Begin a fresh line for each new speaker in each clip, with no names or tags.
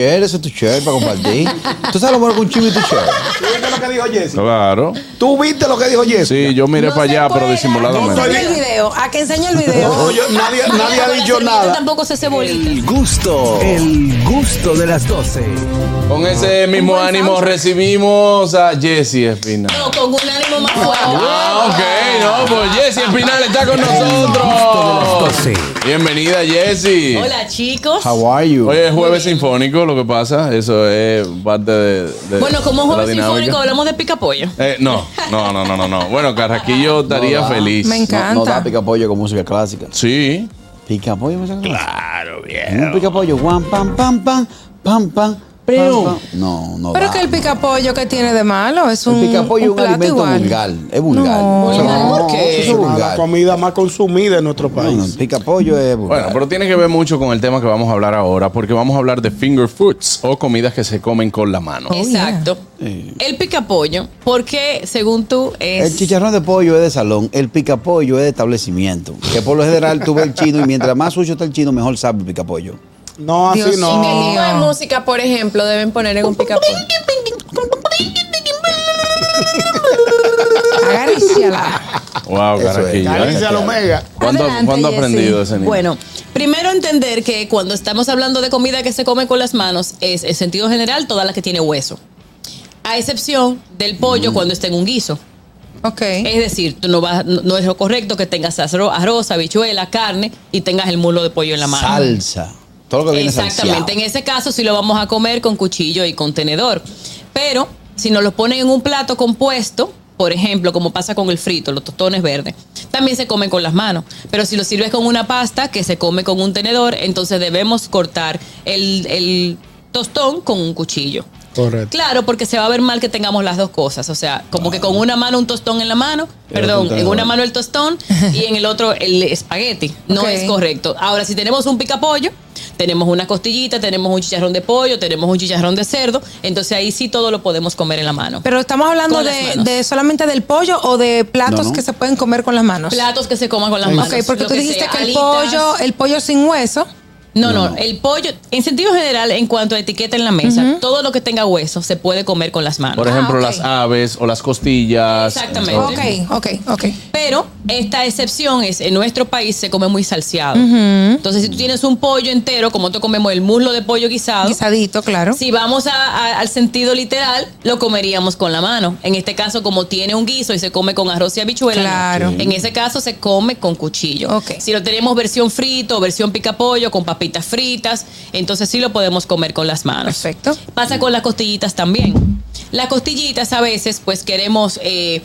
Eres tu shirt para compartir. ¿Tú sabes lo bueno que un chivo y tu shirt?
¿Tú viste lo que dijo Jessica?
Claro.
¿Tú viste lo que dijo Jessica?
Sí, yo miré
No
para
se
allá,
puede.
pero
¿A que
disimuladamente.
enseñe el video? ¿A que enseñe el video?
No, yo- nadie, nadie ha
Con la
dicho
servilleta
nada.
tampoco se cebolita.
El gusto, el gusto de las 12.
Con ese mismo
buen
ánimo
soundtrack.
recibimos a Jessy Espinal.
No, con un ánimo más fuerte.
Ah, ok, no, pues Jessy Espinal está con
gusto de
nosotros.
las doce.
Bienvenida, Jessy.
Hola, chicos.
How are you?
Hoy es jueves sinfónico, lo que pasa, eso es parte de, de-
Bueno, como
de la
jueves
dinámica.
sinfónico hablamos de picapollo.
Eh, no, no, no, no, no, no. Bueno,
Ah.
Carraquillo estaría
No, no.
feliz.
Me encanta.
No, no da pica pollo con música clásica.
Sí.
Pica pollo, música clásica.
Claro,
Un pica pollo, guam, pam, pam, pam, pam, pam.
Pero-
pam, pam. No, no.
Pero
da.
que el picapollo que tiene de malo es un,
El pica pollo es
un
un
plato
alimento
igual.
vulgar. Es vulgar.
No.
Eso
Vulgar, ¿por qué?
Eso es
Una de las
vulgar.
comidas más consumidas en nuestro
No,
país.
no, el pica pollo es vulgar.
Bueno, pero tiene que ver mucho con el tema que vamos a hablar ahora, porque vamos a hablar de finger foods o comidas que se comen con la mano.
Exacto. El picapollo, porque según tú es.
El chicharrón de pollo es de salón, el picapollo es de establecimiento. Que por lo general tú ves el chino y mientras más sucio está el chino, mejor sabe el picapollo.
No, así
Dios
no.
mío.
tipo de música, por ejemplo, deben poner en un picapollo?
Agarríciala.
Wow,
Eso es.
Carraquillo. ¿eh?
Alicia Omega.
¿Cuándo,
Adelante,
cuándo ha
Jessy.
aprendido ese niño?
Bueno, primero entender que cuando estamos hablando de comida que se come con las manos, es en sentido general toda la que tiene hueso. A excepción del
Mm.
pollo cuando está en un guiso.
Ok.
Es decir, tú no, vas, no no es lo correcto que tengas arroz, arroz, habichuela, carne y tengas el mulo de pollo en la mano.
Salsa. Todo lo que viene
Exactamente, en
salseado.
ese caso sí lo vamos a comer con cuchillo y con tenedor. Pero si nos lo ponen en un plato compuesto, por ejemplo, como pasa con el frito, los tostones verdes, también se comen con las manos. Pero si lo sirves con una pasta que se come con un tenedor, entonces debemos cortar el, el tostón con un cuchillo.
Correcto.
Claro, porque se va a ver mal que tengamos las dos cosas. O sea, como que con una mano un tostón en la mano,
Pero
perdón,
con
en una
tenedor.
mano el tostón y en el otro el espagueti. No
Ok.
es correcto. Ahora, si tenemos un picapollo, tenemos una costillita, tenemos un chicharrón de pollo, tenemos un chicharrón de cerdo, entonces ahí sí todo lo podemos comer en la mano.
Pero estamos hablando
Con las
de,
manos.
de solamente del pollo o de platos
No, no.
que se pueden comer con las manos.
Platos que se coman con las manos.
ok, porque
lo
tú
que
dijiste
sea,
que el
alitas.
pollo, el pollo sin hueso.
No,
No,
no,
no.
el pollo, en sentido general, en cuanto a etiqueta en la mesa, todo lo que tenga hueso se puede comer con las manos.
Por ejemplo,
ok.
las aves o las costillas.
ah, Exactamente.
Ok, ok, ok.
Pero esta excepción es, en nuestro país se come muy salseado. Entonces, si tú tienes un pollo entero, como nosotros comemos el muslo de pollo guisado,
Guisadito, claro.
si vamos a- a- al sentido literal, lo comeríamos con la mano. En este caso, como tiene un guiso y se come con arroz y habichuela, no.
Claro.
en ese caso se come con cuchillo.
Ok.
Si lo tenemos versión frito, versión picapollo, con papitas fritas, entonces sí lo podemos comer con las manos.
Perfecto.
Pasa con las costillitas también. Las costillitas a veces, pues queremos eh,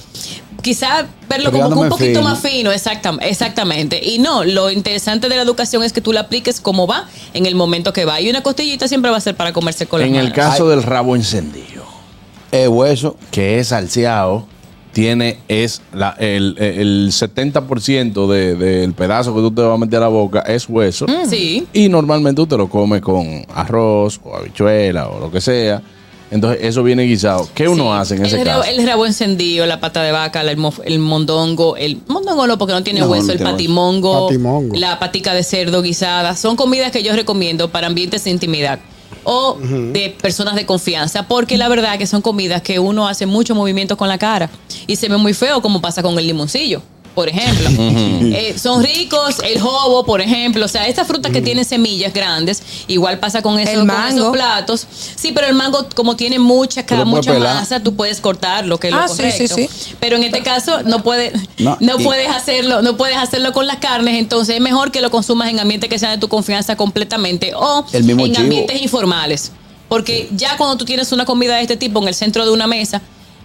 quizá verlo como que
Pegándome
un poquito
fino.
más fino, exactam- exactamente. Y no, lo interesante de la educación es que tú la apliques como va en el momento que va. Y una costillita siempre va a ser para comerse con las
En el
manos.
caso del rabo encendido,
Es eh, hueso.
que es salseado, tiene es la- el, el 70% de- del pedazo que tú te vas a meter a la boca es hueso.
Sí.
Y normalmente tú te lo comes con arroz o habichuela o lo que sea. Entonces, eso viene guisado. ¿Qué uno
Sí.
hace en ese
el
caso?
rabo, el rabo encendido, la pata de vaca, la almo- el, mondongo, el mondongo no porque no tiene
No,
hueso,
no
el
tiene hueso.
patimongo,
Patimongo.
la patica de cerdo guisada, son comidas que yo recomiendo para ambientes de intimidad o de personas de confianza, porque la verdad que son comidas que uno hace muchos movimientos con la cara y se ve muy feo como pasa con el limoncillo. Por ejemplo, Eh, son ricos el jobo, por ejemplo. O sea, estas frutas que tienen semillas grandes, igual pasa con, eso,
El
con esos
mango.
platos. Sí, pero el mango, como tiene mucha
Tú lo puedes
mucha
pelar.
masa, tú puedes cortarlo, que es
Ah,
lo
sí,
correcto.
sí,
Pero en este caso no puedes,
No,
no,
y-
puedes hacerlo, no puedes hacerlo con las carnes, entonces es mejor que lo consumas en ambientes que sean de tu confianza completamente o
El mismo
en
chivo.
ambientes informales. Porque ya cuando tú tienes una comida de este tipo en el centro de una mesa,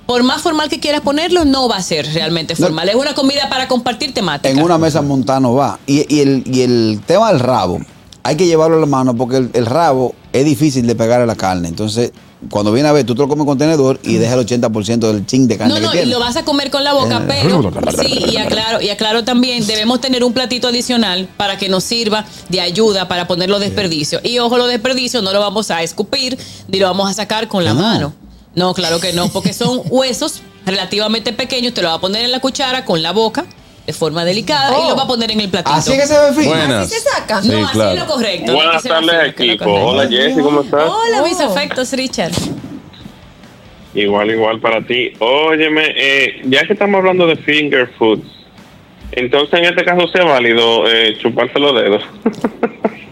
por más formal que quieras ponerlo, no va a ser realmente
No.
formal. Es una comida para compartir temática.
En una mesa montano va. Y, y el, y el tema del rabo, hay que llevarlo a la mano porque el, el rabo es difícil de pegar a la carne. Entonces, cuando viene a ver, tú te lo comes con tenedor y deja el 80% del ching de carne
No,
que
no, y
tiene.
lo vas a comer con la boca,
Eh,
pero sí, y aclaro, y aclaro también, debemos tener un platito adicional para que nos sirva de ayuda para poner los desperdicios. Y ojo, los desperdicios no lo vamos a escupir ni lo vamos a sacar con la
Ah.
mano. No, claro que no, porque son huesos relativamente pequeños, te lo va a poner en la cuchara con la boca de forma delicada y lo va a poner en el platito.
Así que se ve fino.
Buenas.
Así se saca.
No,
Sí,
así
claro.
es lo correcto.
Buenas
Así se va a
tardes,
hacer, que es lo
equipo. Hola,
correcto.
Jesse, ¿cómo estás?
Hola, mis
Oh.
afectos, Richard.
Igual, igual para ti. Óyeme, eh, ya que estamos hablando de finger foods, entonces en este caso sea válido eh, chuparse los dedos.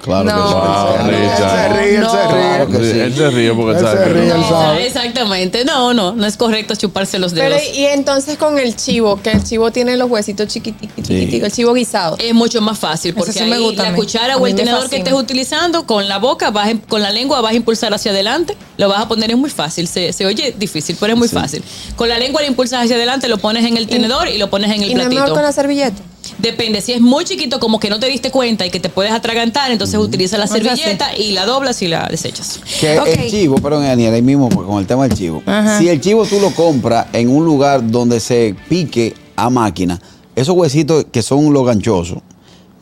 Claro
No.
que
Wow,
sí.
Él
se
Richard.
ríe, él se
No.
ríe.
Claro que sí.
Él se ríe porque
Él
sabe
se
que-
ríe. Él
No,
sabe.
exactamente. No, no, no es correcto chuparse los
Pero
dedos.
y entonces con el chivo, que el chivo tiene los huesitos chiquititos, el chivo guisado.
es mucho más fácil porque
sí me
ahí
gusta a
la
mí.
cuchara
A
o
mí
el
me
tenedor que
fascina.
estés utilizando con la boca, vas en- con la lengua vas a impulsar hacia adelante, lo vas a poner, es muy fácil, se, se oye difícil, pero es muy fácil. Con la lengua lo impulsas hacia adelante, lo pones en el tenedor y lo pones en el
y no es
platito.
mejor con la servilleta.
Depende, si es muy chiquito como que no te diste cuenta y que te puedes atragantar, entonces utiliza la
sea, sí.
servilleta y la doblas y la desechas.
Que
Ok.
el chivo, perdón, Daniel, ahí mismo porque con el tema del chivo.
Ajá.
Si el chivo tú lo compras en un lugar donde se pique a máquina, esos huesitos que son los ganchosos,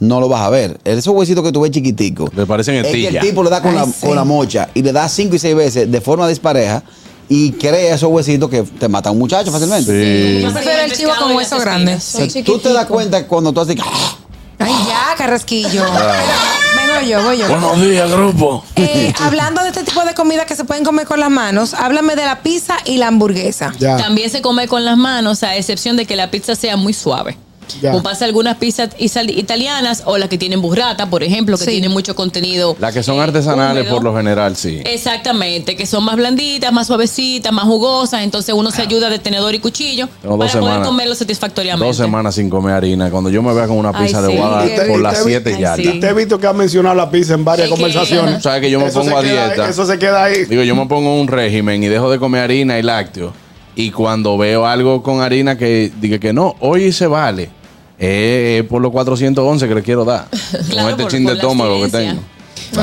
no lo vas a ver. Esos huesitos que tú ves chiquiticos.
Me parecen
es que el
estillas.
tipo le da con,
Ay,
la,
sí.
con la mocha y le da cinco y seis veces de forma dispareja y crea esos huesitos que te matan a un muchacho fácilmente.
Yo prefiero el chivo con huesos
huesos
grandes.
Que tú te das cuenta cuando tú haces. "Ah,
Ay, ya, Carrasquillo. Vengo yo, voy yo.
Buenos días, grupo.
Eh, hablando de este tipo de comida que se pueden comer con las manos, háblame de la pizza y la hamburguesa.
Ya.
También se come con las manos, a excepción de que la pizza sea muy suave.
Ya.
Como pasa algunas pizzas isal- italianas o las que tienen burrata, por ejemplo, que
Sí.
tienen mucho contenido.
Las que son
eh,
artesanales
húmedo.
por lo general, sí.
Exactamente, que son más blanditas, más suavecitas, más jugosas. Entonces uno se ayuda de tenedor y cuchillo
Ah. Tengo
para
dos
poder
semanas.
comerlo satisfactoriamente.
Dos semanas sin comer harina. Cuando yo me vea con una
Ay,
pizza
sí.
de guada
Y te-
por
y
las
te-
7
ay,
yardas.
sí.
Te he visto que has mencionado la pizza en varias
Es que-
conversaciones.
Sabes que yo me
Eso
pongo
se
a
queda ahí,
dieta.
Eso se queda ahí.
Digo, yo me pongo un régimen y dejo de comer harina y lácteos. Y cuando veo algo con harina que diga que no, hoy se vale. Eh, eh, por los 411 que le quiero dar.
Claro,
con este
por-
chin de
por la
estómago que
abstinencia.
tengo.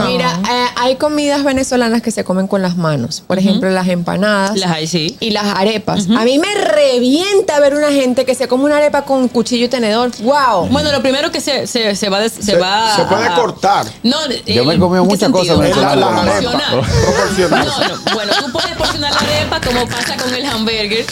Mira, eh, hay comidas venezolanas que se comen con las manos. Por ejemplo, las empanadas.
Las hay, sí.
Y las arepas. A mí me revienta ver una gente que se come una arepa con cuchillo y tenedor. ¡Wow!
Bueno, lo primero que se, se, se va, des- se,
Se-
va
se puede
a-
cortar.
No, eh,
Yo me he comido muchas cosas
venezolanas. La- la
Ah, Proporcional.
arepa. Proporcional.
No, no. Bueno, tú puedes porcionar la arepa como pasa con el hamburger.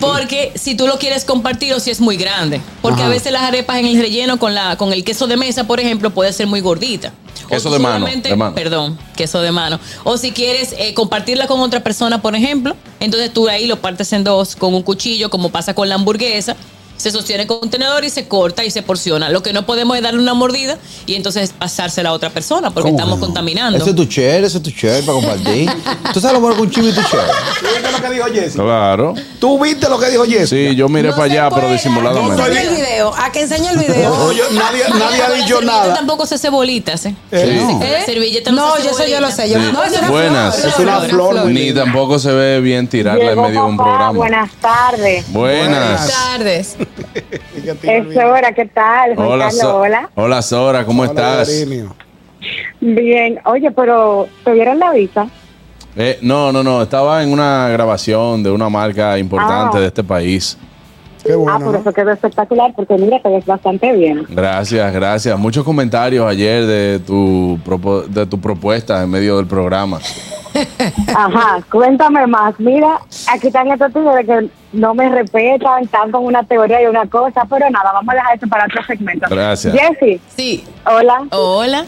Porque si tú lo quieres compartir o si es muy grande. Porque a veces las arepas en el relleno con la con el queso de mesa, por ejemplo, puede ser muy gordita. O
Queso
tú
de mano,
solamente-
de mano.
Perdón, queso de mano. O si quieres eh, compartirla con otra persona, por ejemplo, entonces tú ahí lo partes en dos con un cuchillo, como pasa con la hamburguesa. Se sostiene con un tenedor y se corta y se porciona. Lo que no podemos es darle una mordida y entonces pasársela a otra persona porque
¿Cómo
estamos
que Ah, no?
contaminando.
Ese es tu share, ese es tu share para compartir. tú sabes lo bueno que un chivo y tu share.
¿Tú viste lo que dijo Jesse?
Claro.
¿Tú viste lo que dijo Jesse?
Sí, yo miré
No
para
se
allá,
puede,
pero
no
disimuladamente.
estoy-
Enseña el video. A que enseña el video.
No, yo- nadie, nadie ha
Con la
dicho
servilleta
nada.
Tampoco se hace bolitas, ¿eh?
Eh,
Sí.
no.
Con la servilleta no,
No,
se hace
yo eso yo lo
bolitas.
sé. yo-
Sí.
no, eso era
Buenas.
flor,
Es una flor, muy
Ni
linda.
tampoco se ve bien tirarla en
Llegó
medio de un
papá,
programa.
Buenas tardes.
Buenas.
Buenas tardes.
Ya te
Es
olvidé.
Sora, ¿qué tal? Juan
Hola,
Carlos,
So-
hola.
Hola, Sora, ¿cómo
Hola,
estás?
cariño.
Bien, oye, pero ¿tuvieron la visa? Ah,
Eh, no, no, no, estaba en una grabación de una marca importante
Ah.
de este país.
Qué
ah,
bueno.
por
¿no?
eso quedó espectacular, porque mira, te ves bastante bien.
Gracias, gracias. Muchos comentarios ayer de tu, propo- de tu propuesta en medio del programa.
Ajá, cuéntame más. Mira, aquí están estos tigres que no me respetan, están con una teoría y una cosa, pero nada, vamos a dejar eso para otro segmento.
Gracias.
Jessy,
Sí.
hola.
Hola.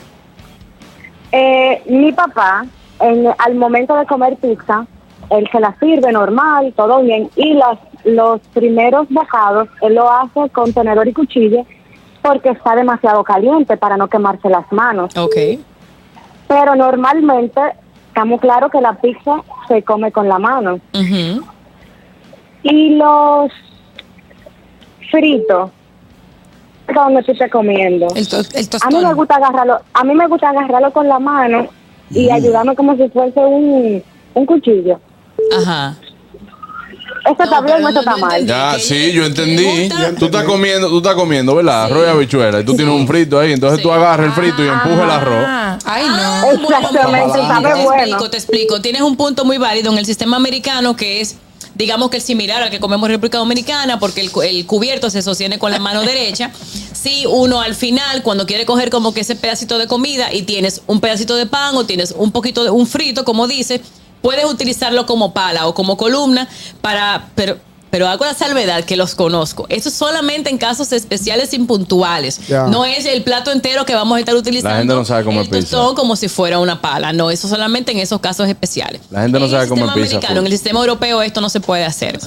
Eh, mi papá, en- al momento de comer pizza, él se la sirve normal, todo bien, y las, los primeros bocados él lo hace con tenedor y cuchillo porque está demasiado caliente para no quemarse las manos.
Ok.
Pero normalmente estamos claros que la pizza se come con la mano.
Ujú.
Y los fritos, ¿dónde tú estás comiendo?
El, to- el
Pues
A mí me
tostón.
gusta agarrarlo, a mí me gusta agarrarlo con la mano
Mm.
y ayudarme como si fuese un, un cuchillo.
Ajá.
Esto está
pero
bien o
no,
esto está
no
mal.
entendí.
Ya,
que
sí,
ella-
yo
que
entendí.
le gusta-
Tú estás comiendo, tú estás comiendo, ¿verdad? Arroz y habichuela. Y tú tienes un frito ahí, entonces
Sí.
tú agarras el frito y empujas el arroz.
Ah, Ay,
Ah,
no.
bueno, bueno,
Exactamente,
bueno,
sabe
te
bueno.
explico, te explico. Tienes un punto muy válido en el sistema americano que es, digamos que es similar al que comemos en República Dominicana, porque el, cu- el cubierto se sostiene con la mano derecha. Si uno al final, cuando quiere coger como que ese pedacito de comida y tienes un pedacito de pan o tienes un poquito de un frito, como dice, puedes utilizarlo como pala o como columna para. Pero, pero hago la salvedad que los conozco. Eso es solamente en casos especiales impuntuales.
Ya.
No es el plato entero que vamos a estar utilizando.
La gente no sabe comer
el
pizza.
tostón como si fuera una pala. No, eso solamente en esos casos especiales.
La gente no
En
sabe
el
comer
sistema
pizza,
americano, en el
full.
sistema europeo esto no se puede hacer.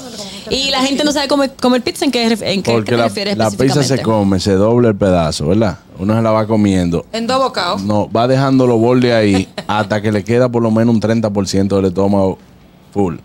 Y la gente no sabe comer, comer pizza en qué, ref- en qué
Porque
te
la,
refieres
la pizza se
específicamente?
come, se dobla el pedazo, ¿verdad? Uno se la va comiendo.
En dos bocados.
No, va dejando los bordes ahí hasta que le queda por lo menos un 30% del estómago full.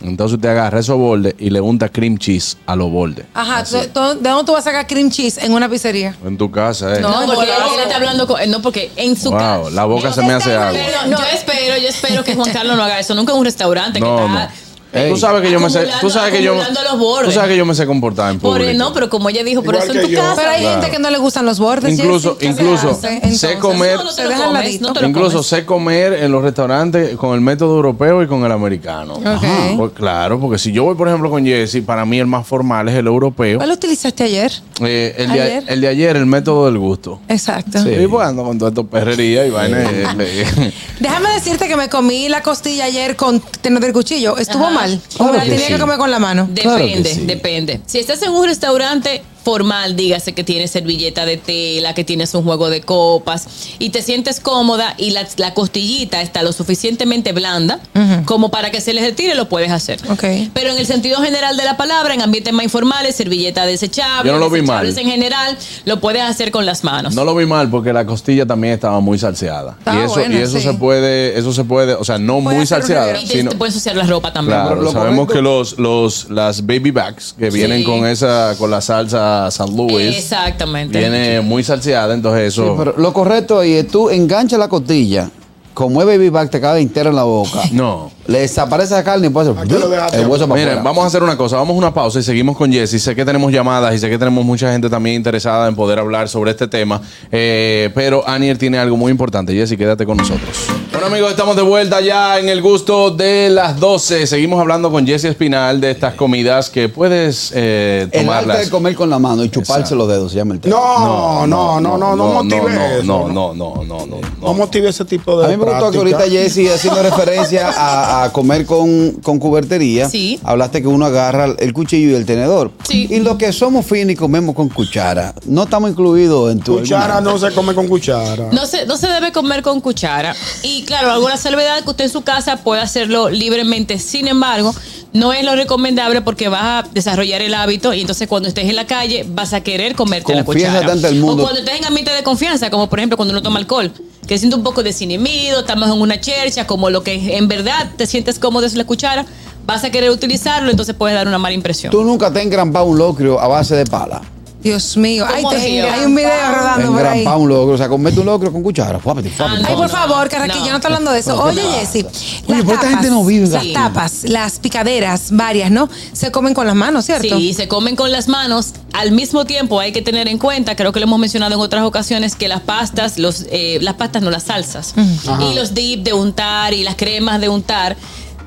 Entonces usted agarra esos bordes y le unta cream cheese a los bordes.
Ajá, tú- tú- ¿de dónde tú vas a sacar cream cheese en una pizzería?
En tu casa, ¿eh?
No,
No,
porque
volado.
él está hablando con- no, porque en su
Wow,
casa.
la boca se me hace agua.
yo espero, yo espero que Juan Carlos no haga eso nunca en un restaurante. que
No,
está-
no. Tú sabes que yo me sé, tú
Acumulando-
sabes que yo me-
acumulando los bordes.
tú sabes que yo me sé comportar en
Por,
público.
no, pero como ella dijo, por
Igual
eso en
que
tu
yo.
casa.
Pero hay
Claro.
gente que no le gustan los bordes.
Incluso-
Jessy. ¿Qué
incluso
se hace?
sé
Entonces,
comer-
No, no te
se
lo
deja al
comes,
ladito.
no te lo
Incluso
comes.
sé comer en los restaurantes con el método europeo y con el americano.
Ajá.
Pues claro, porque si yo voy, por ejemplo, con Jesse, para mí el más formal es el europeo.
¿Cuál utilizaste ayer?
Eh, el, de,
Ayer.
a- el de ayer, el método del gusto.
Exacto.
Sí, pues ando con toda esta perrería y vaina. eh, eh,
Déjame decirte que me comí la costilla ayer con tener del cuchillo. Estuvo
Ajá.
mal.
Claro
Como la
que
tenía
sí.
que comer con la mano.
Claro que
Depende,
sí.
depende. Si estás en un restaurante formal, dígase que tienes servilleta de tela, que tienes un juego de copas y te sientes cómoda y la, la costillita está lo suficientemente blanda como para que se les retire, lo puedes hacer.
Ok.
Pero en el sentido general de la palabra, en ambientes más informales, servilleta desechable,
Yo no lo vi
desechables
mal.
en general, lo puedes hacer con las manos.
no lo vi mal porque la costilla también estaba muy salseada.
Estaba
y eso,
buena,
y eso
sí.
se puede, eso se puede, o sea, no
Puede
muy
hacer una
salseada.
y te,
sino-
te puede ensuciar la ropa también.
Claro,
Lo
sabemos
correcto-
que los, los, las baby backs que vienen
Sí.
con esa, con la salsa San Luis,
Exactamente.
viene muy salseada, entonces
Sí,
eso.
pero lo correcto ahí es tú enganchas la costilla, como es baby back, te cabe entera en la boca.
no.
Le desaparece la carne y puede
Aquí Ah, lo dejaste.
el hueso para
Miren,
afuera.
vamos a hacer una cosa, vamos a una pausa y seguimos con Jessy. Sé que tenemos llamadas y sé que tenemos mucha gente también interesada en poder hablar sobre este tema, eh, pero Anier tiene algo muy importante. Jessy, quédate con nosotros. Bueno amigos, estamos de vuelta ya en el gusto de las 12. Seguimos hablando con Jessy Espinal de estas comidas que puedes eh,
El arte de
tomarlas.
comer con la mano y chuparse los dedos, se llama el tema.
No, no, no, no, no motive eso.
No, no, no, no, no.
No motive ese tipo de.
A mí me gustó que ahorita
práctica.
Jessy haciendo referencia a, a comer con, con cubertería.
Sí.
Hablaste que uno agarra el cuchillo y el tenedor.
Sí.
Y los que somos finos y comemos con cuchara, no estamos incluidos en tu
Cuchara
argumento.
no se come con cuchara.
No se, no se debe comer con cuchara. Y claro, alguna salvedad que usted en su casa puede hacerlo libremente. Sin embargo, no es lo recomendable porque vas a desarrollar el hábito y entonces cuando estés en la calle vas a querer comerte
Confiesa
la cuchara.
tanto el mundo.
O cuando estés en ambiente de confianza, como por ejemplo cuando uno toma alcohol, que siente un poco desinhibido, estamos en una chercha, como lo que en verdad te sientes cómodo es la cuchara, vas a querer utilizarlo, entonces puedes dar una mala impresión.
Tú nunca te has engrampado un locrio a base de pala.
Dios mío. Ay,
¿Cómo
te-
así?
hay un video rodando Ah, por ahí.
Engrampar un locrio, o sea, comete un locrio con cuchara. Fuápate, fuápate,
Ah,
Ay,
fuápate.
no.
por favor, Carraquillo,
No.
no. está hablando de eso.
Pero qué
Oye,
pasa.
Jessy.
Oye,
las
pero esta gente
tapas,
no vive
Las
gastando.
tapas, las picaderas, varias, ¿no? Se comen con las manos, ¿cierto?
Sí, se comen con las manos. Al mismo tiempo hay que tener en cuenta, creo que lo hemos mencionado en otras ocasiones, que las pastas, los, eh, las pastas no las salsas,
Mm.
y los dip de untar y las cremas de untar,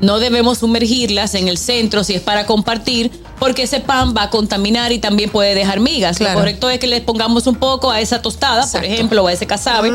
no debemos sumergirlas en el centro si es para compartir, porque ese pan va a contaminar y también puede dejar migas.
Claro.
Lo correcto es que le pongamos un poco a esa tostada, por
Exacto. Ah.
ejemplo, o a ese cazabe,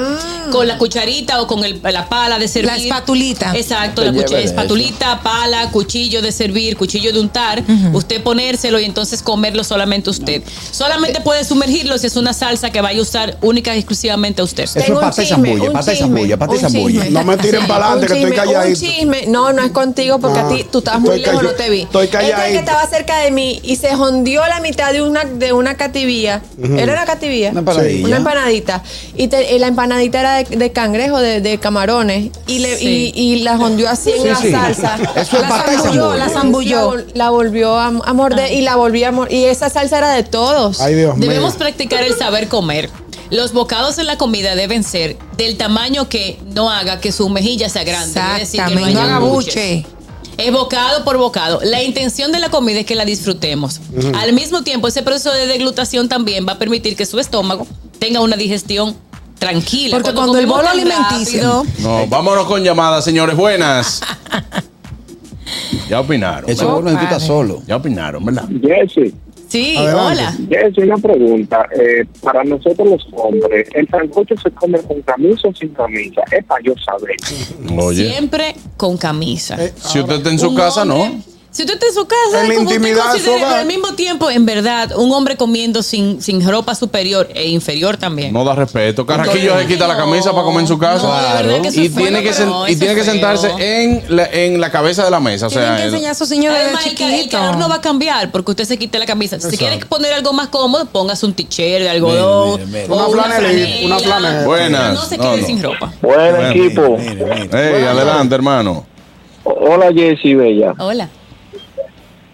con la cucharita o con el- la pala de servir.
espatulita.
Exacto,
Te
la
llevas
cuchara,
de eso.
espatulita cucharita, pala, cuchillo de servir, cuchillo de untar, usted ponérselo y entonces comerlo solamente usted. Solamente puede sumergirlo si es una salsa que vaya a usar única y exclusivamente usted.
Eso
Tengo
es
un
pata y
chisme,
zambulla,
un
pata y
chisme,
zambulla, pata y
un
zambulla.
chisme.
No me tiren
Sí,
para adelante,
un
que estoy
chisme,
calladito.
Un chisme. No, no es contigo porque
Ah,
a ti tú estabas muy
estoy
lejos,
callo-
no te vi.
estoy
Este
calladito.
que estaba cerca de mí y se jondió la mitad de una, de una cativía. Era una cativía.
Una empanadilla.
Una empanadita. Y, te- y la empanadita era de, de cangrejo, de, de camarones. Y, le,
Sí.
y, y la jondió así en
Sí,
la
sí.
salsa.
Eso es
la
pata y
zambulló,
zambulla.
la zambulló. La, volvió a, a morder y la volvió a morder. Y esa salsa era de todos.
Ay, Dios mío.
Debemos practicar el saber comer. Los bocados en la comida deben ser del tamaño que no haga que su mejilla sea grande. Es decir, que
Exactamente. No
haya
haga
buches.
buche.
Es bocado por bocado. La intención de la comida es que la disfrutemos. Al mismo tiempo, ese proceso de deglutación también va a permitir que su estómago tenga una digestión tranquila.
Porque cuando el
comemos
bolo
tan
alimenticio-
rápido,
No, vámonos con llamadas, señores. Buenas. Ya opinaron.
Eso es
¿verdad?
bueno si tú
eh.
estás solo.
Ya opinaron, ¿verdad?
Jesse,
Sí,
Adelante.
hola.
Jesse, una pregunta. eh, para nosotros los hombres, ¿el sancocho se come con camisa o sin camisa? Es para yo saber.
Oye,
Siempre con camisa.
Eh,
si usted está en su
Un
casa,
hombre-
no.
Si tú estás en su casa,
En la
como usted
intimidad de su
considere, pero
hogar.
al mismo tiempo, en verdad, un hombre comiendo sin, sin ropa superior e inferior también.
No da respeto. Carraquillo se quita la camisa para comer en su casa.
No, de verdad Claro. que eso
y
es feo,
tiene que, sen-
no,
y
eso
tiene
es
que
feo.
sentarse en la, en la cabeza de la mesa. O
Tienen que
sea,
enseñar a sus niños desde
Además, el ca- el
chiquitos.
calor no va a cambiar porque usted se quite la camisa. Si
Exacto.
quieres poner algo más cómodo, pongas un t-shirt de algodón.
Mire, mire, mire.
o
Una flanelita, una flanela.
Buenas.
No se
No,
quede
no.
sin ropa.
Buen
Bueno,
equipo.
Mire, mire.
Ey, adelante, hermano.
O- Hola Jessy Bella.
Hola.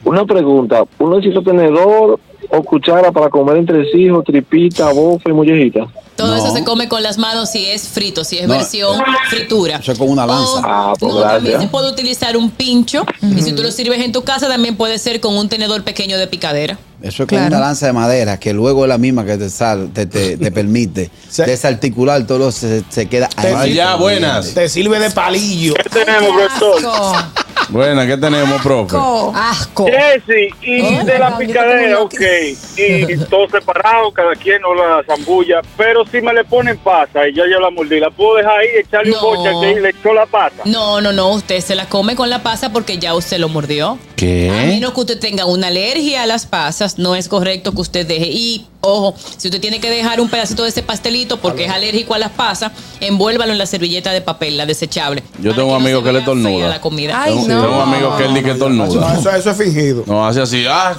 Una pregunta. ¿Uno necesita tenedor o cuchara para comer entresijo, tripita, bofa y mollejita?
Todo
No.
eso se come con las manos si es frito, si es
No.
versión fritura.
Eso es con una lanza.
Ah, pues
no, también
gracias.
se puede utilizar un pincho. Y si tú lo sirves en tu casa, también puede ser con un tenedor pequeño de picadera.
Eso es
Claro.
con una lanza de madera que luego es la misma que te, sal- te, te- te permite
Se-
desarticular todo, lo- se, se queda ahí.
Allá, buenas.
Te sirve de palillo.
¿Qué tenemos, profesor?
Asco,
Buenas, ¿qué tenemos, profe?
asco.
Asco.
Jesse, y
Oh,
de
my
la
God, yo
picadera,
tengo
ok. Y todo separado, cada quien o la zambulla. Pero si me le ponen pasa, y ya yo la mordí, la puedo dejar ahí, echarle
No.
un bocha que le echó la pasa.
No, no, no. Usted se la come con la pasa porque ya usted lo mordió. A
¿Qué?
menos que usted tenga una alergia a las pasas, no es correcto que usted deje. Y ojo, si usted tiene que dejar un pedacito de ese pastelito porque es alérgico a las pasas, envuélvalo en la servilleta de papel, la desechable.
Yo
para
tengo un
no
amigo
se
que le
vea fea
tornuda.
La comida.
Ay,
Tengo,
no.
tengo un amigo que él dice que
No,
tornuda.
eso, eso es fingido.
No, hace así. Ah,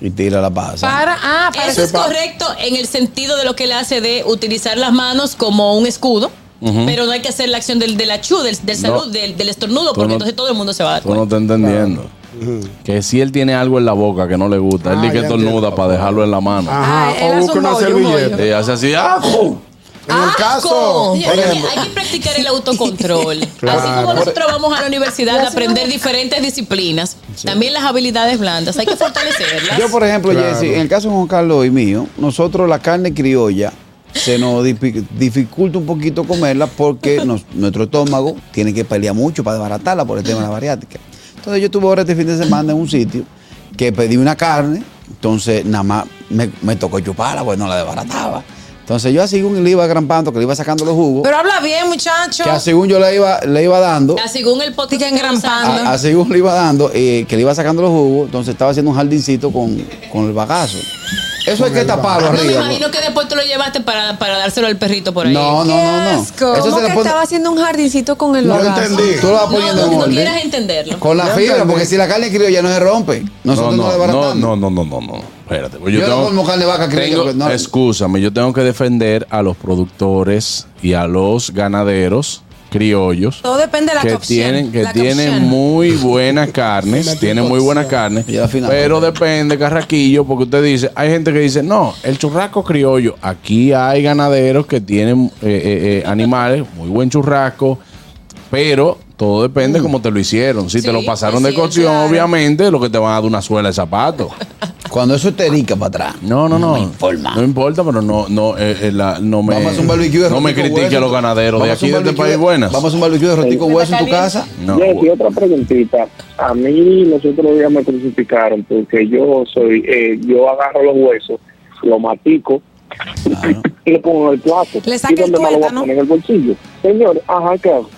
Y tira la pasa.
Para, ah, para
Eso es
Sepa.
correcto en el sentido de lo que él hace de utilizar las manos como un escudo. Pero no hay que hacer la acción del, del achú, del, del salud, del, del estornudo, porque
no-
entonces todo el mundo se va a dar
tú no
cuenta.
estás entendiendo. Que si él tiene algo en la boca que no le gusta, él
Ah,
dice que
ya Ah.
tornuda para dejarlo en la mano.
Ajá.
él
o
hace
busca
Ah, un
una
bollo, un
servilleta.
Y hace así. Ah,
En el caso,
Señores,
por
hay que-
ejemplo,
hay que practicar el autocontrol. Así
Claro.
como nosotros vamos a la universidad a aprender diferentes disciplinas, también las habilidades blandas hay que fortalecerlas.
Yo, por ejemplo,
Claro.
Jesse, en el caso de Juan Carlos y mío, nosotros la carne criolla se nos difi- dificulta un poquito comerla porque nos- nuestro estómago tiene que pelear mucho para desbaratarla por el tema de la bariátrica. Entonces yo estuve ahora este fin de semana en un sitio que pedí una carne, entonces nada más me, me tocó chuparla porque no la desbarataba. Entonces yo así un le iba agrampando, que le iba sacando los jugos,
Pero habla bien, muchacho.
que a según yo le iba, le iba dando,
Ah, Según el podcast
Sigue engrampando.
que nos
a, a según Ah, le iba dando, eh, que le iba sacando los jugos, entonces estaba haciendo un jardincito con, con el bagazo. Eso hay que taparlo
han- No me
ah, arriba.
imagino que después tú lo llevaste para, para dárselo al perrito por ahí.
No, no,
Qué
no, no.
asco.
Eso
Como
se le
que
pone.
estaba haciendo un jardincito con el
yo
hogar.
entendí.
Tú lo vas
No,
poniendo
no,
en
no
orden.
quieras entenderlo.
Con la
Ya
fibra,
entendí.
porque si la carne criolla no se rompe,
No,
nosotros no, la
no, no,
desbaratamos.
no, no, no, no, no. Espérate. pues Yo,
Yo no como carne de vaca, creo
tengo-
yo, no.
Excúsame, yo tengo que defender a los productores y a los ganaderos criollos
Todo depende de la
que
cocción.
tienen que
la
tienen
cocción.
muy buenas carnes,
Fíjate,
tienen muy buenas carnes,
Y al final,
pero
¿no?
depende carraquillo porque usted dice, hay gente que dice, "No, el churrasco criollo, aquí hay ganaderos que tienen eh, eh, eh, animales, muy buen churrasco, pero todo depende como te lo hicieron. Si te
Sí,
lo pasaron
pues
de
sí,
cocción,
claro.
obviamente, lo que te van a dar una suela de zapato.
Cuando eso te rica para atrás.
No, no, no. No
informa.
importa, pero no, no, eh, eh, la- no me,
Vamos a hacer un barbecue de
no me
rotico
critique
hueso.
a los ganaderos de
Vamos a un
aquí, de este
barbecue
país.
de-
buenas.
Vamos a un barbecue de rotico hueso en tu casa.
No.
Jessy, otra preguntita. A mí los otros días me crucificaron porque yo soy, eh, yo agarro los huesos, los matico y le pongo en el plato.
Le saca
¿Y dónde
el
me lo voy a
tuétano.
poner en el bolsillo? Señor, ajá, ¿qué hago?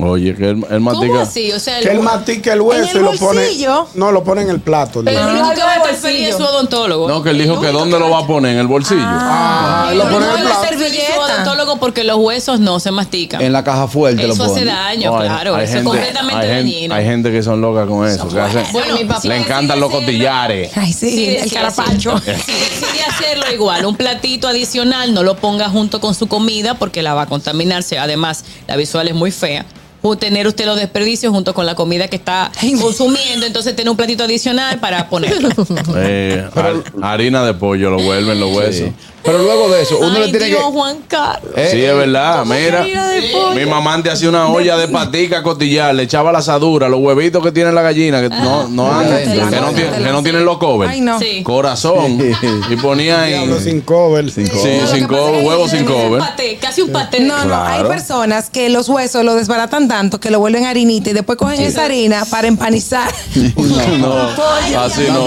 Oye, que el, el
¿Cómo
matica.
así? O sea, el-
que él matica el hueso
el
y lo pone.
bolsillo.
No, lo pone en el plato.
el
¿no?
único que va a estar
bolsillo.
feliz es su odontólogo.
No, que él dijo que dónde lo va a poner, en el bolsillo.
Ah,
El
lo
único
pone en
que va
el
a estar
plato.
feliz es su
Servilleta.
odontólogo porque los huesos no se mastican.
En la caja fuerte lo
eso hace
ponen.
daño,
No, hay-
claro.
hay
eso
gente-
es completamente
hay gente-
dañino.
Hay gente que son locas con eso. que hacen-
Bueno, mi papá
le encantan
sí
los
decía-
cotillares.
Ay, sí, el
decide
carapacho.
hacerlo. Sí, decide hacerlo igual. Un platito adicional, no lo ponga junto con su comida porque la va a contaminarse. Además, la visual es muy fea. O tener usted los desperdicios junto con la comida que está consumiendo, entonces tiene un platito adicional para ponerlo.
Eh, har- harina de pollo, lo vuelven los huesos.
Pero luego de eso, uno
pues. Ay,
le tiene
Dios,
que.
Juan Carlos.
Eh,
sí, es verdad, mira.
harina de pollo?
Mi mamá antes hacía una olla de patica cotillar, le echaba la asadura, los huevitos que tiene la gallina, que no, no andan,
te la
que, no
como,
tiene-
te la
que no tienen los covers.
Ay, no.
Sí.
Corazón. y ponía
Diablo,
en.
sin cover. Sin
Sí,
Lo que
sin
pasa es
cover,
que
huevo sin
Casi un
cover.
paté, Casi un paté.
No, no, hay
Claro.
personas que los huesos lo desbaratan tanto que lo vuelven eh. harinita y después cogen esa harina para empanizar.
No, así no.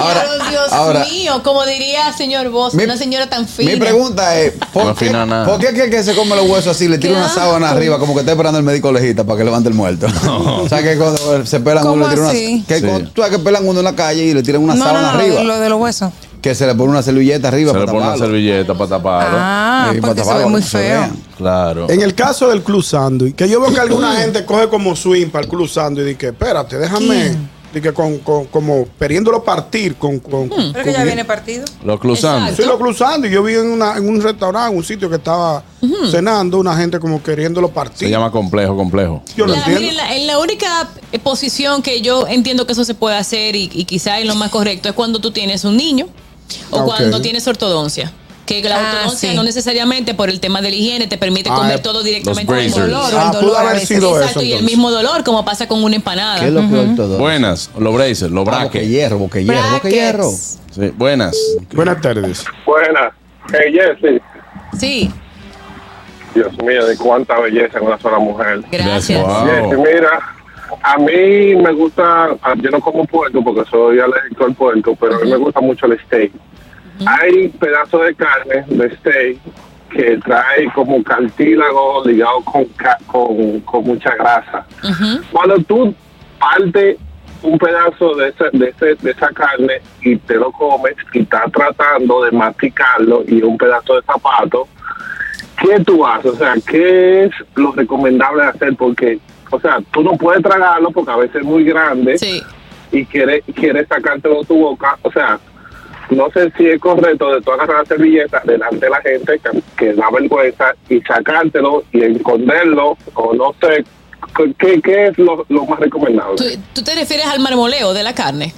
Ahora,
Dios
ahora,
mío, como diría señor Bosch,
Mi-
una señora tan fina.
mi pregunta es, ¿por,
No
qué,
afina nada.
por qué aquel que se come los huesos así le tira
Qué
una
asco.
sábana arriba como que está esperando el médico lejita para que levante el muerto? o sea, que cuando se pelan
¿Cómo
uno le tiran una,
así?
que
Sí.
cuando- tú sabes que pelan uno en la calle y le tiran una
no, no,
sábana
no,
arriba,
lo, lo de los huesos.
que se le pone una servilleta arriba
Se le
para
pone una
taparlo.
servilleta para taparlo.
Ah,
Sí, para
porque se ve
taparlo,
muy
que se
feo.
vean.
Claro.
En el caso del Club Sanduy, que yo veo que alguna gente coge como swing para el Club Sanduy y dice, espérate, déjame, di que con, con- como periéndolo partir con... con, con-
Pero que ya viene partido.
Los cruzando.
Sí, lo cruzando. Y yo vi en, una- en un restaurante, un sitio que estaba cenando, una gente como queriéndolo
Se
partir.
llama complejo, complejo.
Yo lo
La-
entiendo.
miren, la, en la única eh, posición que yo entiendo que eso se puede hacer y, y quizá es lo más correcto es cuando tú tienes un niño o
Ah, ok.
cuando tienes ortodoncia. Que la
Ah,
ortodoncia
sí.
no necesariamente por el tema de la higiene te permite
Ah,
comer
eh,
todo directamente
los
con el
braces.
dolor.
Ah,
el dolor
pudo
a
haber
veces.
sido
Exacto,
eso.
y el
entonces.
mismo dolor como pasa con una empanada.
¿Qué es lo que ortodoxo?
Buenas, los braces, los
Ah, boque
braques.
hierro, boque hierro, boque hierro.
Brackets.
Sí, buenas.
Buenas tardes.
Buenas. Hey, Jesse.
Sí,
Dios mío, de cuánta belleza en una sola mujer.
gracias.
Wow.
Jesse, mira, a mí me gusta, ah, yo no como puerco porque soy alérgico al puerco, pero a mí me gusta mucho el steak. Hay pedazos de carne, de steak, que trae como cartílago ligado con, ca- con, con mucha grasa. Cuando tú partes un pedazo de, esa- de, ese- de esa carne y te lo comes y estás tratando de masticarlo y un pedazo de zapato, ¿qué tú haces? O sea, ¿qué es lo recomendable de hacer? Porque, o sea, tú no puedes tragarlo porque a veces es muy grande
Sí.
y quieres quiere sacártelo de tu boca. O sea, no sé si es correcto de tú agarrar la servilleta delante de la gente que, que da vergüenza y sacártelo y esconderlo o no sé. ¿Qué, qué es lo, lo más recomendable?
¿Tú, tú te refieres al marmoleo de la carne?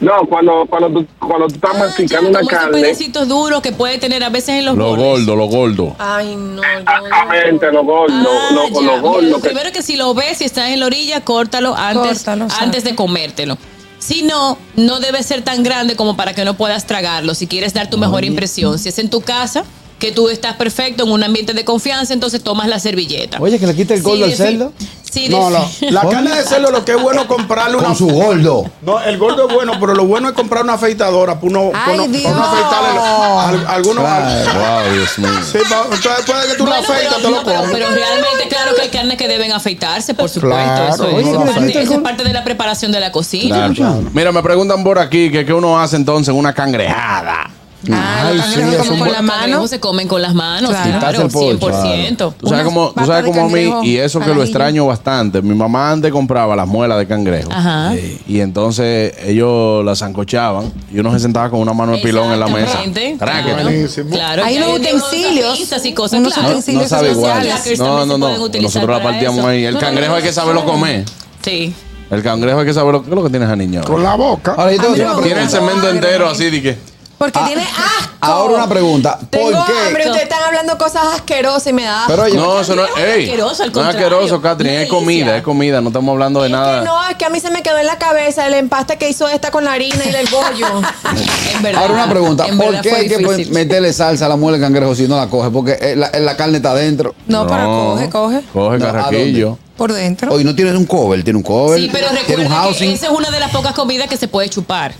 No, cuando, cuando, tú, cuando tú estás
Ah, ya,
masticando
como
una
esos
carne,
pedacitos duros que puede tener a veces en los
Los
bordes.
gordos, los gordos.
Ay, no,
exactamente,
yo.
lo gordo,
Ah,
lo, con
ya.
lo gordo
Mira, lo
que-
primero que si lo ves, si estás en la orilla, córtalo antes,
Córtalo, exacto.
antes de comértelo. Si no, no debe ser tan grande como para que no puedas tragarlo, si quieres dar tu mejor impresión. Si es en tu casa, que tú estás perfecto, en un ambiente de confianza, entonces tomas la servilleta.
Oye, que le quite el gordo al
defi-
cerdo.
Sí,
No,
defi-
no. La carne de cerdo lo que es bueno es comprarle una.
Con su gordo.
No, el gordo es bueno, pero lo bueno es comprar una afeitadora para uno, para
Ay,
uno- para
Dios.
uno afeitarle lo- al- algunos.
Claro.
Wow, Dios mío.
Sí, pa- entonces después de que tú lo
Bueno,
afeitas,
pero,
te
no,
lo
pero-
comes.
pero realmente, claro que hay carnes que deben afeitarse, por supuesto.
Claro,
eso, es-
oye,
eso
que le
es parte-
quita el
eso es
gordo.
parte de la preparación de la cocina.
Claro. Mira, me preguntan por aquí que qué uno hace entonces una cangrejada.
Ah, los cangrejos
Los
como con la
cangrejos
mano.
se comen con las manos,
Claro.
claro,
Quitarse el polvo,
100%.
Tú sabes
Unas
cómo, tú
patas
sabes
de
cómo a mí,
cangrejo
y eso que lo
al ajillo.
extraño bastante. Mi mamá antes compraba las muelas de cangrejo.
Ajá.
Sí. Y entonces ellos las zancochaban y uno se sentaba con una mano de pilón en la mesa.
Exactamente,
Tráquete.
claro.
Buenísimo.
Claro,
Hay
que
unos
unos
utensilios,
pinzas y cosas,
unos
claro.
utensilios
No sabe igual.
Clackers
No,
también
no,
se pueden
no.
utilizar
Nosotros la
para
partíamos
eso.
ahí. El
No, no,
cangrejo
no,
hay que
no,
saberlo
no.
comer.
Sí.
El cangrejo hay que saberlo. ¿Qué es lo que tienes a niño?
Con la boca.
Ahora yo te voy a hacer
Ah,
una
no,
Tiene el
pregunta.
no.
cemento entero así de que.
Porque
Ah,
tiene asco.
Ahora una pregunta. ¿Por
Tengo hambre,
qué?
ustedes están hablando cosas asquerosas y me da.
Pero oye,
No, eso no es.
cangrejo es
ey,
asqueroso, al
no es
contrario.
asqueroso, Catherine. Es
Delicia.
comida, es comida. No estamos hablando de
Es
nada.
que no, es que a mí se me quedó en la cabeza el empaste que hizo esta con la harina y el bollo.
En verdad.
Ahora una pregunta,
en
¿por
verdad
qué
fue
hay que
difícil.
pon- meterle salsa a la muela de cangrejo si no la coge? Porque eh, la, eh, la carne está adentro.
No, pero coge, coge.
Coge
No, ¿a
carraquillo.
Por dentro.
Oye, no tiene un cover, tiene un cover.
Sí, pero
tiene un
recuerda que
housing.
esa es una de las pocas comidas que se puede chupar.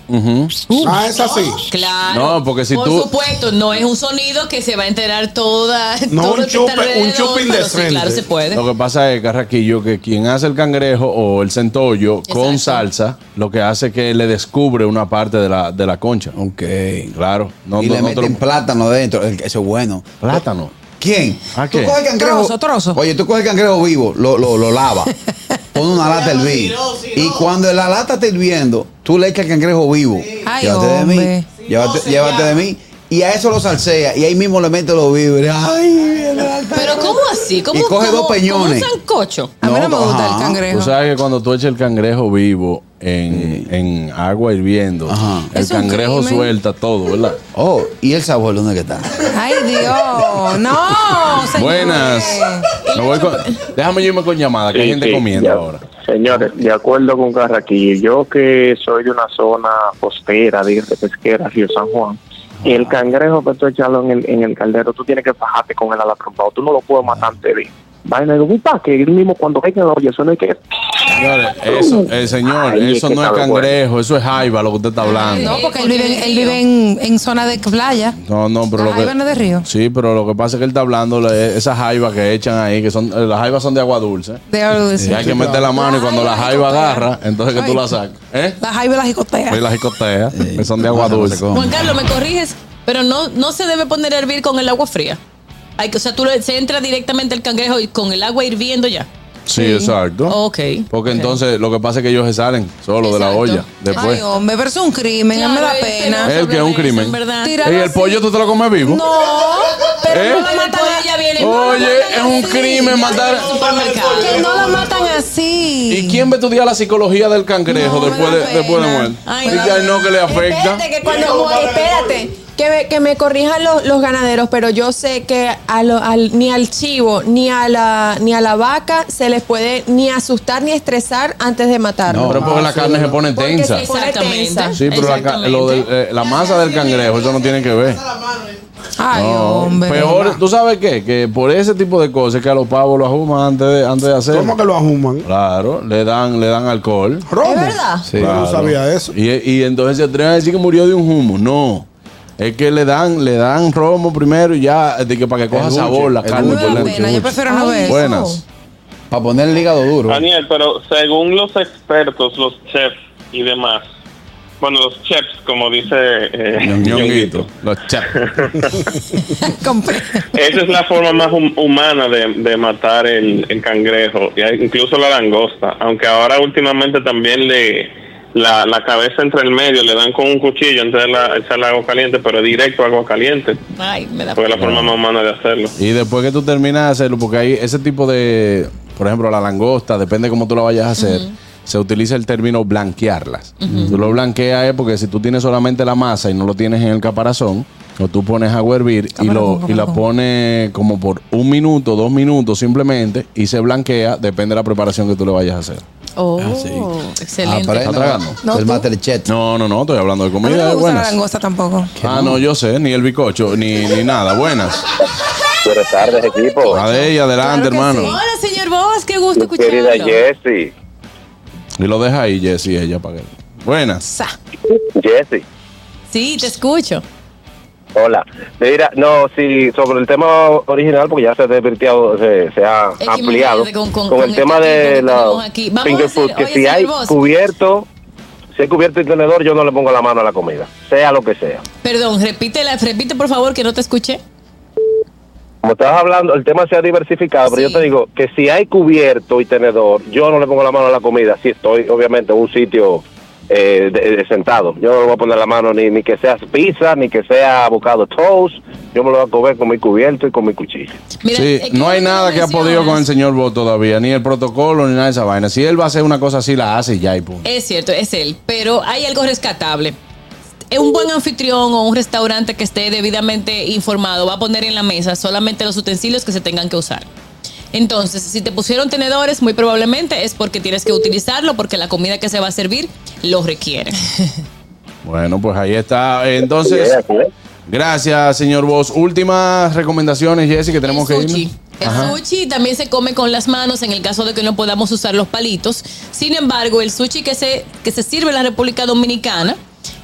Ah, es así.
Claro.
Mm. No, porque si
Por
tú-
supuesto, no es un sonido que se va a enterar toda.
No,
todo
un
lo que
chupe-
está alrededor,
un chupe
pero sí,
indecente.
Claro, se puede.
Lo que pasa es, Carraquillo, que quien hace el cangrejo o el centollo con
Exacto.
salsa, lo que hace es que le descubre una parte de la, de la concha.
Ok.
Claro. No,
y
no-
le
no te lo-
meten plátano adentro. El- Eso es bueno.
Plátano.
¿Quién?
¿A
tú
qué?
coges cangrejo.
Trozo, trozo.
Oye, tú coges cangrejo vivo, lo, lo, lo lava. Pon una lata a hervir. Y cuando la lata está hirviendo, tú le echas el cangrejo vivo.
Ay,
llévate de
hombre.
mí. llévate llévate de mí. Y a eso lo salsea. Y ahí mismo le metes los víveres. Ay, el altar.
Pero ¿cómo así? ¿Cómo,
Y coge
cómo-
dos peñones.
Como un sancocho.
a mí
no,
no, me gusta
ajá.
el
Tú
cangrejo.
sabes que cuando tú echas el cangrejo vivo en, en agua hirviendo, el
Es un
cangrejo
crimen.
suelta todo, ¿verdad?
Oh, ¿y el sabor dónde que está?
Ay, Dios. No, señores.
Buenas. Me voy con- déjame irme con llamada, que hay
Sí,
gente
sí,
comiendo
ya.
ahora.
Señores, de acuerdo con Carraquillo, yo que soy de una zona costera, de de pesquera, Río San Juan, y el cangrejo que tú echarlo en el, en el caldero, tú tienes que fajarte con él a la trompa, o tú no lo puedes matar antes de. Vaina, y digo, "Upa", que él mismo cuando caiga en la olla, suena y que
Señores, eso, eh, señor,
Ay, es
eso
que
no es
sabe
cangrejo, eso es jaiba lo que usted está hablando.
No, porque él vive, en- él vive en, en zona de playa.
No, no, pero lo
Ajá,
que.
Iván es de Río.
Sí, pero lo que pasa es que él está hablando de esas jaivas que echan ahí, que son. eh, Las jaivas son de agua dulce.
De agua dulce.
Y hay que
Sí,
meter
claro.
la mano y cuando la jaiba agarra, entonces que tú
Ay.
la sacas. ¿Eh?
La jaiba la jicotea.
Y las jicoteas, que son de agua dulce.
Juan Carlos, me corriges, pero no, no se debe poner a hervir con el agua fría. Hay que, o sea, tú le- se entra directamente el cangrejo y con el agua hirviendo ya.
Sí, exacto.
Ok.
Porque entonces lo que pasa es que ellos se salen solo de la olla. Después. ¿Eh?
Ay, oh, hombre, pero es un crimen, a mí me da pena.
el que es un crimen. ¿Y
Tíralo
el
así.
pollo tú te lo comes vivo?
No, pero
¿Eh?
no la matan así.
Oye, es un crimen matar.
Que no la matan así.
¿Y quién va a estudiar la psicología del cangrejo después, de, después de muerto?
Ay,
Dice,
no.
"Ay, no, que le afecta.
Espérate, que cuando mu- espérate, que me, que me corrijan los, los ganaderos, pero yo sé que a lo- al- ni al chivo, ni a la ni a la vaca se les puede ni asustar ni estresar antes de matarlo.
No, pero porque la carne se pone tensa.
se pone tensa.
Sí, pero la, ca- lo del- eh, la masa del cangrejo, eso no tiene que ver.
Ay,
No,
hombre.
Peor, ¿tú sabes qué? Que por ese tipo de cosas es que a los pavos lo ajuman antes de, antes de hacer.
¿Cómo que lo ajuman?
Claro, le dan, le dan alcohol.
¿Romo? ¿Es verdad?
Sí,
Yo no
claro.
sabía eso.
Y, y entonces se atreven a decir que murió de un humo. No. Es que le dan, le dan romo primero y ya, de que para que coja
El
sabor la
buche, el
carne.
buche,
por
el
dentro.
buche, buche.
Buenas.
Para poner el hígado duro.
Daniel, pero según los expertos, los chefs y demás, bueno, los chefs, como dice eh,
Ñonguito, los chefs.
Esa es la forma más hum- humana de, de matar el, el cangrejo, y hay- incluso la langosta, aunque ahora últimamente también le la, la cabeza entre el medio, le dan con un cuchillo antes de la, echarle agua caliente, pero directo agua caliente,
Ay, me da
porque es la forma más humana de hacerlo.
Y después que tú terminas de hacerlo, porque hay ese tipo de, por ejemplo, la langosta, depende cómo tú la vayas a hacer, se utiliza el término blanquearlas. Tú lo blanqueas es porque si tú tienes solamente la masa y no lo tienes en el caparazón, o tú pones a hervir y, lo, y la pones como por un minuto, dos minutos simplemente, y se blanquea, depende de la preparación que tú le vayas a hacer.
Oh,
Ah,
Ah,
¿Está
excelente.
tragando?
No, tú.
No, no, no, estoy hablando de
A mí no
comida.
me gusta la
buenas.
langosta tampoco.
Ah, no, yo sé, ni el bicocho, ni, ni nada. Buenas.
Buenas tardes, equipo.
Adey, adelante, hermano.
Hola, señor Bosch, qué gusto
Mi querida
escucharlo.
Jessie.
Y lo deja ahí, Jessy, ella para que. Buenas.
Sa.
Jessie.
Sí, te escucho.
Hola. Mira, no, sí, sobre el tema original, porque ya se ha desvirtiado, se, se ha
Es que
ampliado.
imagínate
Con,
con- con-
el
con
tema
este
de
tipo que
la
tenemos aquí. Vamos a
finger
decir,
food, que
oye,
si
señor
hay
Bosch.
cubierto, si hay cubierto y tenedor, yo no le pongo la mano a la comida, sea lo que sea.
Perdón, repite, la, repite por favor que no te escuché.
Como estabas hablando, el tema se ha diversificado, pero yo te digo que si hay cubierto y tenedor, yo no le pongo la mano a la comida, si estoy obviamente en un sitio eh, de- de- sentado. Yo no le voy a poner la mano ni, ni que sea pizza, ni que sea bocado toast, yo me lo voy a comer con mi cubierto y con mi cuchillo.
sí, no hay nada que ha podido con el señor Bo todavía, ni el protocolo, ni nada de esa vaina. Si él va a hacer una cosa así, la hace y ya y punto.
Es cierto, es él, pero hay algo rescatable. Un buen anfitrión o un restaurante que esté debidamente informado va a poner en la mesa solamente los utensilios que se tengan que usar. Entonces, si te pusieron tenedores, muy probablemente es porque tienes que utilizarlo, porque la comida que se va a servir lo requiere. Eh.
Bueno, pues ahí está. Entonces,
¿eh?
gracias, señor Vos. Últimas recomendaciones, Jessy, que tenemos que ir.
El sushi también se come con las manos en el caso de que no podamos usar los palitos. Sin embargo, el sushi que se, que se sirve en la República Dominicana,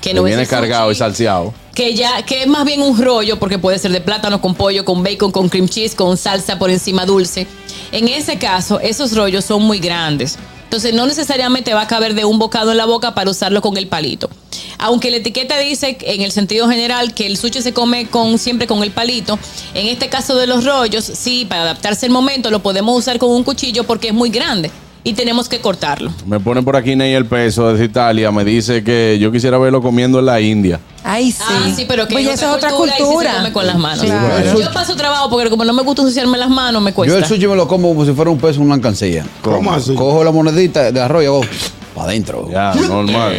que no es
viene
el sushi,
cargado y salseado.
que ya que es más bien un rollo porque puede ser de plátano con pollo, con bacon, con cream cheese, con salsa por encima dulce. En ese caso, esos rollos son muy grandes. Entonces, no necesariamente va a caber de un bocado en la boca para usarlo con el palito. Aunque la etiqueta dice en el sentido general que el sushi se come con siempre con el palito, en este caso de los rollos, sí, para adaptarse al momento lo podemos usar con un cuchillo porque es muy grande y tenemos que cortarlo.
Me pone por aquí Ney el peso desde Italia. Me dice que yo quisiera verlo comiendo en la India.
Ay, sí.
Ah, sí, pero que
Oye,
en
esa es otra
y sí se
cultura.
come con las manos.
Sí,
Claro.
Yo paso trabajo porque como no me gusta ensuciarme las manos, me
Yo
cuesta.
el sushi me lo como como si fuera un peso en una alcancilla.
¿Cómo
Como-
así?
Cojo la monedita de arroyo y hago para adentro.
Ya, normal.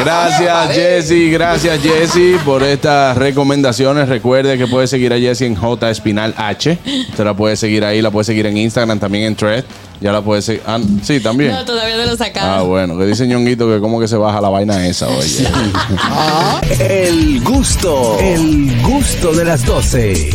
Gracias, Jesse. Gracias, Jesse, por estas recomendaciones. Recuerde que puedes seguir a Jesse en J Espinal H. Te la puedes seguir ahí, la puedes seguir en Instagram, también en Thread. Ya la puedes seguir. Ah, sí, también.
No, todavía no lo
Ah,
sacaron.
bueno, que dice ñonguito que como que se baja la vaina esa, oye.
El gusto, el gusto de las 12.